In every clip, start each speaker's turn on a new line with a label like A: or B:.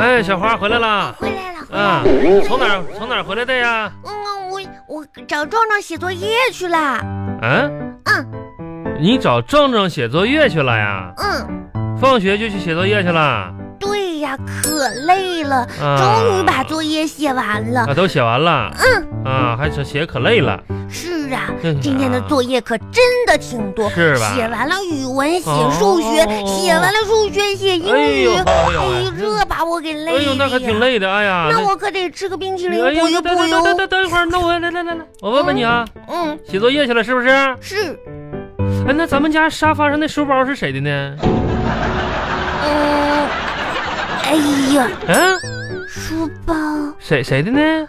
A: 哎小花回来啦！
B: 回来了，回来
A: 啊
B: 了。，
A: 从哪儿从哪儿回来的呀？
B: 嗯，我我找壮壮写作业去了。
A: 嗯、你找正正写作业去了呀？
B: 嗯，
A: 放学就去写作业去了？
B: 对呀，可累了，
A: 啊，
B: 终于把作业写完了。
A: 啊都写完了。嗯啊，还是写可累了。
B: 是啊，
A: 真是
B: 今天的
A: 啊
B: 作业可真的挺多，
A: 是吧
B: 写完了语文，写
A: 哦
B: 数学，
A: 哦哦哦
B: 写完了数学，写英
A: 哎
B: 语，
A: 呦哎呦
B: 哎呦，这把我给
A: 哎
B: 累的
A: 呦，那可挺
B: 呀。
A: 累的。哎呀，
B: 那我可得吃个冰淇淋
A: 哎呦
B: 补一补
A: 等等等等
B: 哟。
A: 等一会儿，那我来来来来，我问问你啊，
B: 嗯，
A: 写作业去了是不是？
B: 是，
A: 哎，那咱们家沙发上那书包是谁的呢？
B: 嗯，哎呀，
A: 嗯、
B: 书包
A: 谁谁的呢？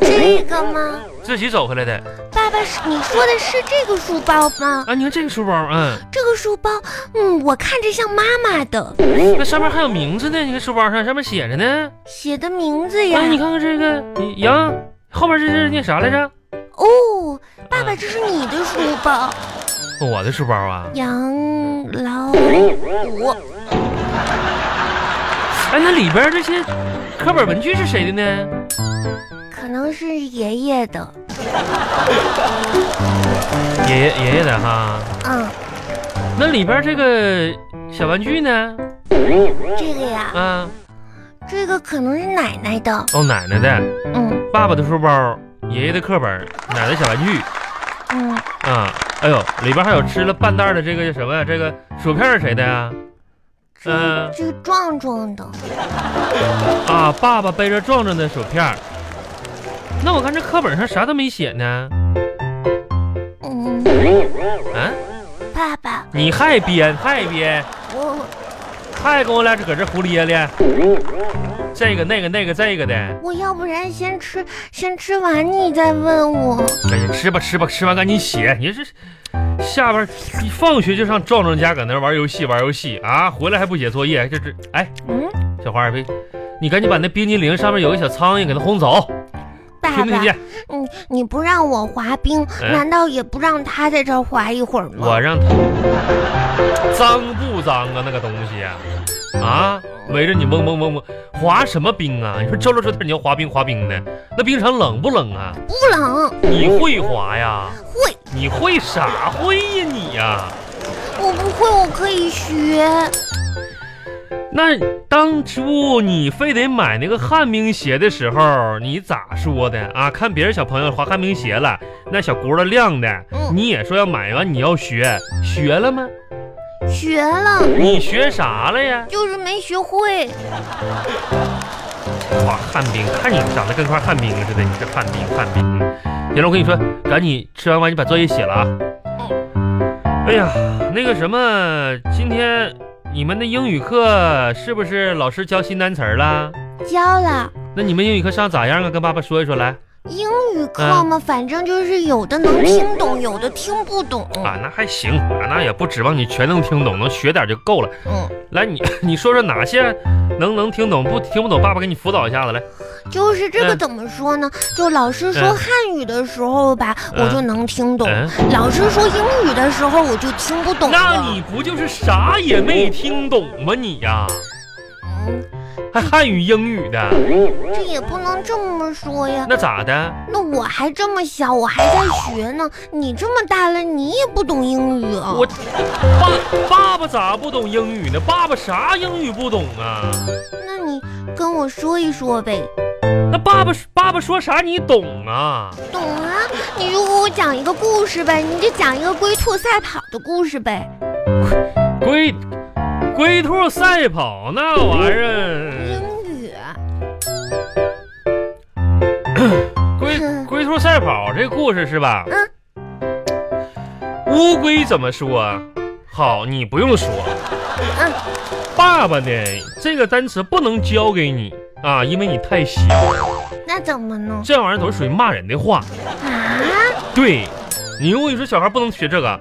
B: 这个吗？
A: 自己走回来的
B: 爸爸是你说的是这个书包吗？
A: 啊！你看这个书包，嗯，
B: 这个书包，嗯，我看着像妈妈的，
A: 那上面还有名字呢。你看书包上上面写着呢。
B: 写的名字呀
A: 哎，。你看看这个杨，后面这是念啥来着？
B: 哦，爸爸，这是你的书包。
A: 我的书包啊。
B: 养老虎，
A: 哎，那里边这些课本文具是谁的呢？
B: 可能是爷爷的。
A: 爷爷爷爷的哈。
B: 嗯，
A: 那里边这个小玩具呢？
B: 这个呀，
A: 啊，
B: 这个可能是奶奶的。
A: 哦，奶奶的。
B: 嗯
A: 爸爸的书包，爷爷的课本，奶奶小玩具
B: 嗯，
A: 啊，哎呦，里边还有吃了半袋的这个叫什么呀？这个薯片是谁的呀？嗯
B: 这这个壮壮的。
A: 啊，爸爸背着壮壮的薯片。那我看这课本上啥都没写呢。
B: 嗯，
A: 啊，
B: 爸爸，
A: 你还编还编，
B: 我
A: 还跟我俩搁这胡咧咧，这个那个那个这个的。哎
B: 我要不然先吃，先吃完你再问我。
A: 哎呀，吃吧吃吧，吃完赶紧写。你这下班一放学就上壮壮家，搁那玩游戏玩游戏啊，回来还不写作业，这这哎。
B: 嗯，
A: 小花儿，别，你赶紧把那冰激凌上面有个小苍蝇给它轰走，
B: 爸
A: 听没听
B: 爸，
A: 见？
B: 嗯，你不让我滑冰，
A: 哎
B: 难道也不让他在这儿滑一会儿吗？
A: 我让它脏不脏啊？那个东西啊，啊，围着你嗡嗡嗡嗡，滑什么冰啊？你说周六周天你要滑冰滑冰的，那冰场冷不冷啊？
B: 不冷，
A: 你会滑呀？
B: 会，
A: 你会啥会呀你呀、
B: 我不会，我可以学。
A: 那当初你非得买那个旱冰鞋的时候，你咋说的啊？看别人小朋友滑旱冰鞋了，那小轱辘亮的，
B: 嗯
A: 你也说要买完，你要学，学了吗？
B: 学了，
A: 你学啥了呀？
B: 就是没学会。
A: 滑旱冰，看你长得跟块旱冰似的，你这旱冰旱冰。行了，嗯我跟你说，赶紧吃完饭，你把作业写了啊。哎呀，那个什么，今天你们的英语课是不是老师教新单词儿了？
B: 教了
A: 那你们英语课上咋样啊？跟爸爸说一说来。
B: 英语
A: 嗯
B: 课嘛，反正就是有的能听懂，有的听不懂。
A: 啊，那还行，啊，那也不指望你全能听懂，能学点就够了。
B: 嗯，
A: 来，你 你说说哪些能能听懂，不听不懂，爸爸给你辅导一下子来。
B: 就是这个
A: 嗯
B: 怎么说呢？就老师说
A: 嗯
B: 汉语的时候吧，
A: 嗯
B: 我就能听懂；
A: 嗯，
B: 老师说英语的时候，我就听不懂了。
A: 那你不就是啥也没听懂吗？你呀、
B: 嗯，
A: 还汉语英语的，
B: 这也不能这么说呀。
A: 那咋的？
B: 那我还这么小，我还在学呢。你这么大了，你也不懂英语啊？
A: 我爸爸爸咋不懂英语呢？爸爸啥英语不懂啊？
B: 那你跟我说一说呗。
A: 那爸爸爸爸说啥你懂啊？
B: 懂啊？你就给我讲一个故事呗，你就讲一个龟兔赛跑的故事呗。
A: 龟龟兔赛跑那玩意儿，
B: 英语，
A: 龟
B: 嗯
A: 龟兔赛跑这故事是吧？
B: 嗯。
A: 乌龟怎么说？好，你不用说。
B: 嗯。
A: 爸爸呢？这个单词不能教给你啊，因为你太小，
B: 那怎么弄
A: 这玩意儿都是属于骂人的话。
B: 啊？
A: 对，你我跟你说，小孩不能学这个。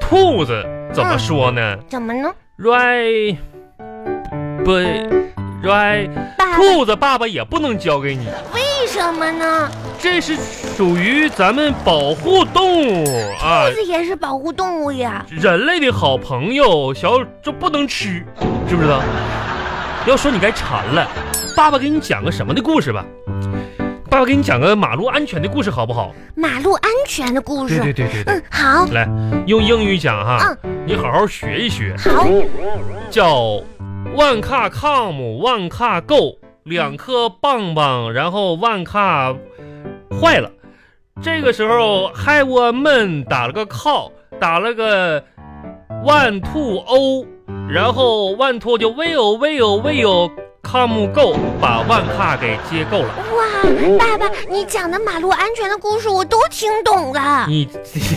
A: 兔子怎么说呢
B: 怎么弄？
A: ？right，不，right。
B: 爸爸，
A: 兔子爸爸也不能教给你，
B: 为什么呢？
A: 这是属于咱们保护动物啊
B: 兔，子也是保护动物呀。
A: 人类的好朋友。小就不能吃，知不知道？要说你该馋了，爸爸给你讲个什么的故事吧？爸爸给你讲个马路安全的故事好不好？
B: 马路安全的故
A: 对
B: 事。
A: 对对对对，
B: 嗯，好，
A: 来用英语讲哈，
B: 嗯，
A: 你好好学一学，
B: 好，
A: 叫 one car come one car go，两颗棒棒，然后 one car 坏了，这个时候害我们打了个靠，打了个 one two o，然后 one two 就 will will will come go，把 one car 给接够了。
B: 哇，爸爸，你讲的马路安全的故事我都听懂了，
A: 你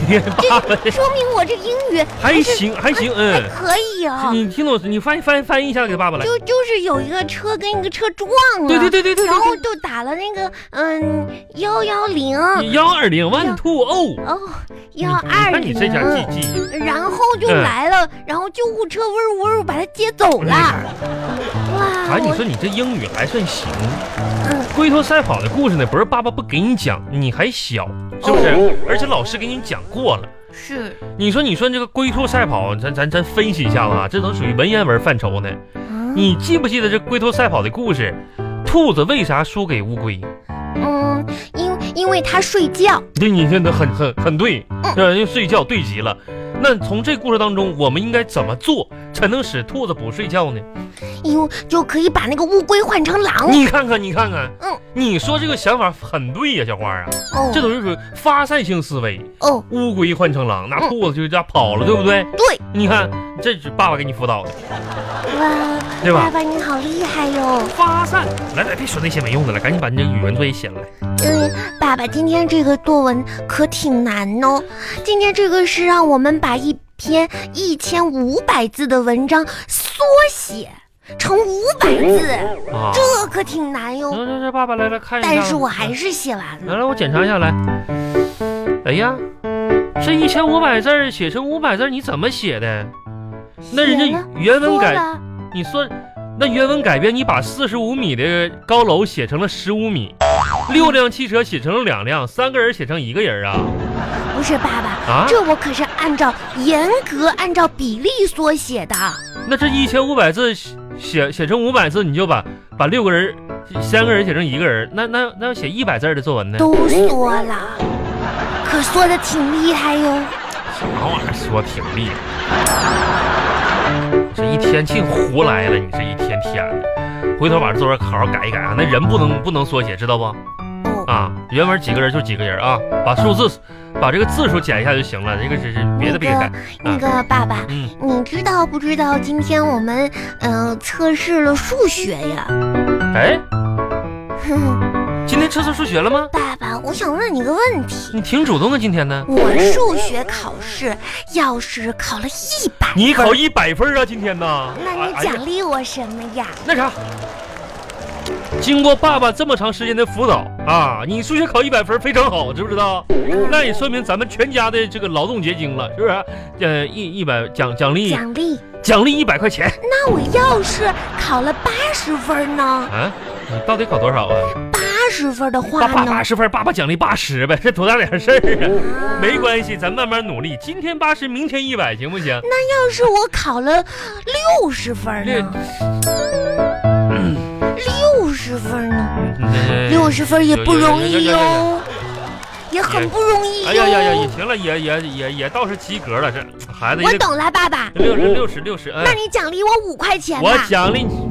A: 你爸爸
B: 说明我这英语
A: 还行还行，
B: 还
A: 嗯，
B: 可以哦。
A: 你听懂？你翻译翻译翻译一下给爸爸来。
B: 就就是有一个车跟一个车撞了，
A: 对对对对对
B: 然后
A: 对
B: 就打了那个嗯幺幺零
A: 对，幺二零 one two o。
B: 哦
A: 你
B: 幺二
A: 你看你这家
B: 零，
A: 记记忆，
B: 然后就
A: 嗯
B: 来了，然后救护车呜呜把他接走了。哇，
A: 哎，
B: 啊
A: 你
B: 我
A: 说你这英语还算行。
B: 嗯
A: 龟头赛跑的故事呢，不是爸爸不给你讲，你还小，是不
B: 哦
A: 是？而且老师给你讲过了。
B: 是
A: 你说，你说这个龟兔赛跑，咱咱咱分析一下吧，这都属于文言文范畴呢。
B: 嗯
A: 你记不记得这龟兔赛跑的故事？兔子为啥输给乌龟？
B: 嗯，因因为他睡觉，
A: 对，你现在很很很对，
B: 嗯
A: 让人睡觉对极了。那从这故事当中，我们应该怎么做才能使兔子不睡觉呢？
B: 因为就可以把那个乌龟换成狼。
A: 你看看，你看看，
B: 哦嗯，
A: 你说这个想法很对呀、小花啊，
B: 哦
A: 这都是属于发散性思维。
B: 哦，
A: 乌龟换成狼，那
B: 嗯
A: 兔子就这样跑了，对不对？
B: 对
A: 你看，这是爸爸给你辅导的，
B: 哇，
A: 对
B: 爸
A: 吧？
B: 爸你好厉害哟。
A: 发散，来来，别说那些没用的了，赶紧把你这语文作业写了来。
B: 嗯，爸爸，今天这个作文可挺难哦。今天这个是让我们把一篇一千五百字的文章缩写成五百字，
A: 啊，
B: 这可挺难哟。
A: 这这这，爸爸来来看一下。
B: 但是我还是写完了。
A: 来来，我检查一下来。哎呀，这一千五百字儿写成五百字儿，你怎么写的？嗯那人
B: 写
A: 家
B: 了
A: 原文
B: 多
A: 改，
B: 了，
A: 你说那原文改编，你把四十五米的高楼写成了十五米，六辆汽车写成了两辆，三个人写成一个人啊
B: 不是爸爸，
A: 啊！
B: 这我可是按照严格按照比例缩写的。
A: 那这一千五百字写写写成五百字，你就把把六个人三个人写成一个人，那那那要写一百字儿的作文呢？
B: 都缩了，可缩的挺厉害哟。
A: 什么玩意儿说挺厉害？这一天净胡来了，你这一天天的。回头把这作文好好改一改啊，那人不能不能缩写，知道不？
B: 哦，
A: 啊，原文几个人就几个人啊，把数字把这个字数减一下就行了，这个只是别的别改。
B: 那
A: 啊，
B: 个爸爸，
A: 嗯，
B: 你知道不知道？今天我们呃测试了数学呀。
A: 哎，
B: 哼哼，
A: 今天测试数学了吗？
B: 爸爸，我想问你个问题。
A: 你挺主动啊，今天呢？
B: 我数学考试要是考了一百，
A: 你考一百分啊，今天呢？
B: 那你
A: 哎呀
B: 奖励我什么呀？
A: 那啥，经过爸爸这么长时间的辅导啊，你数学考一百分非常好，知不知道？那也说明咱们全家的这个劳动结晶了，是不是？呃，一一百奖奖励
B: 奖励？
A: 奖励一百块钱
B: 那我要是考了八十分呢？
A: 啊！你到底考多少啊？
B: 八十分的话
A: 八八八
B: 呢？
A: 十分，爸爸奖励八十呗，这多大点事儿啊？没关系，咱慢慢努力，今天八十，明天一百，行不行？
B: 要是我考了六十分呢？六十分呢？
A: 嗯那
B: 六十分也不容易
A: 哎有有有有有
B: 哟，也很不容易哦
A: 哎呀呀呀，也
B: 哟。
A: 行了，也也也也倒是及格了，这孩子
B: 我
A: 也得
B: 懂了，爸爸。
A: 六十六十六十，哎
B: 那。你奖励我五块钱吧
A: 我。奖励你，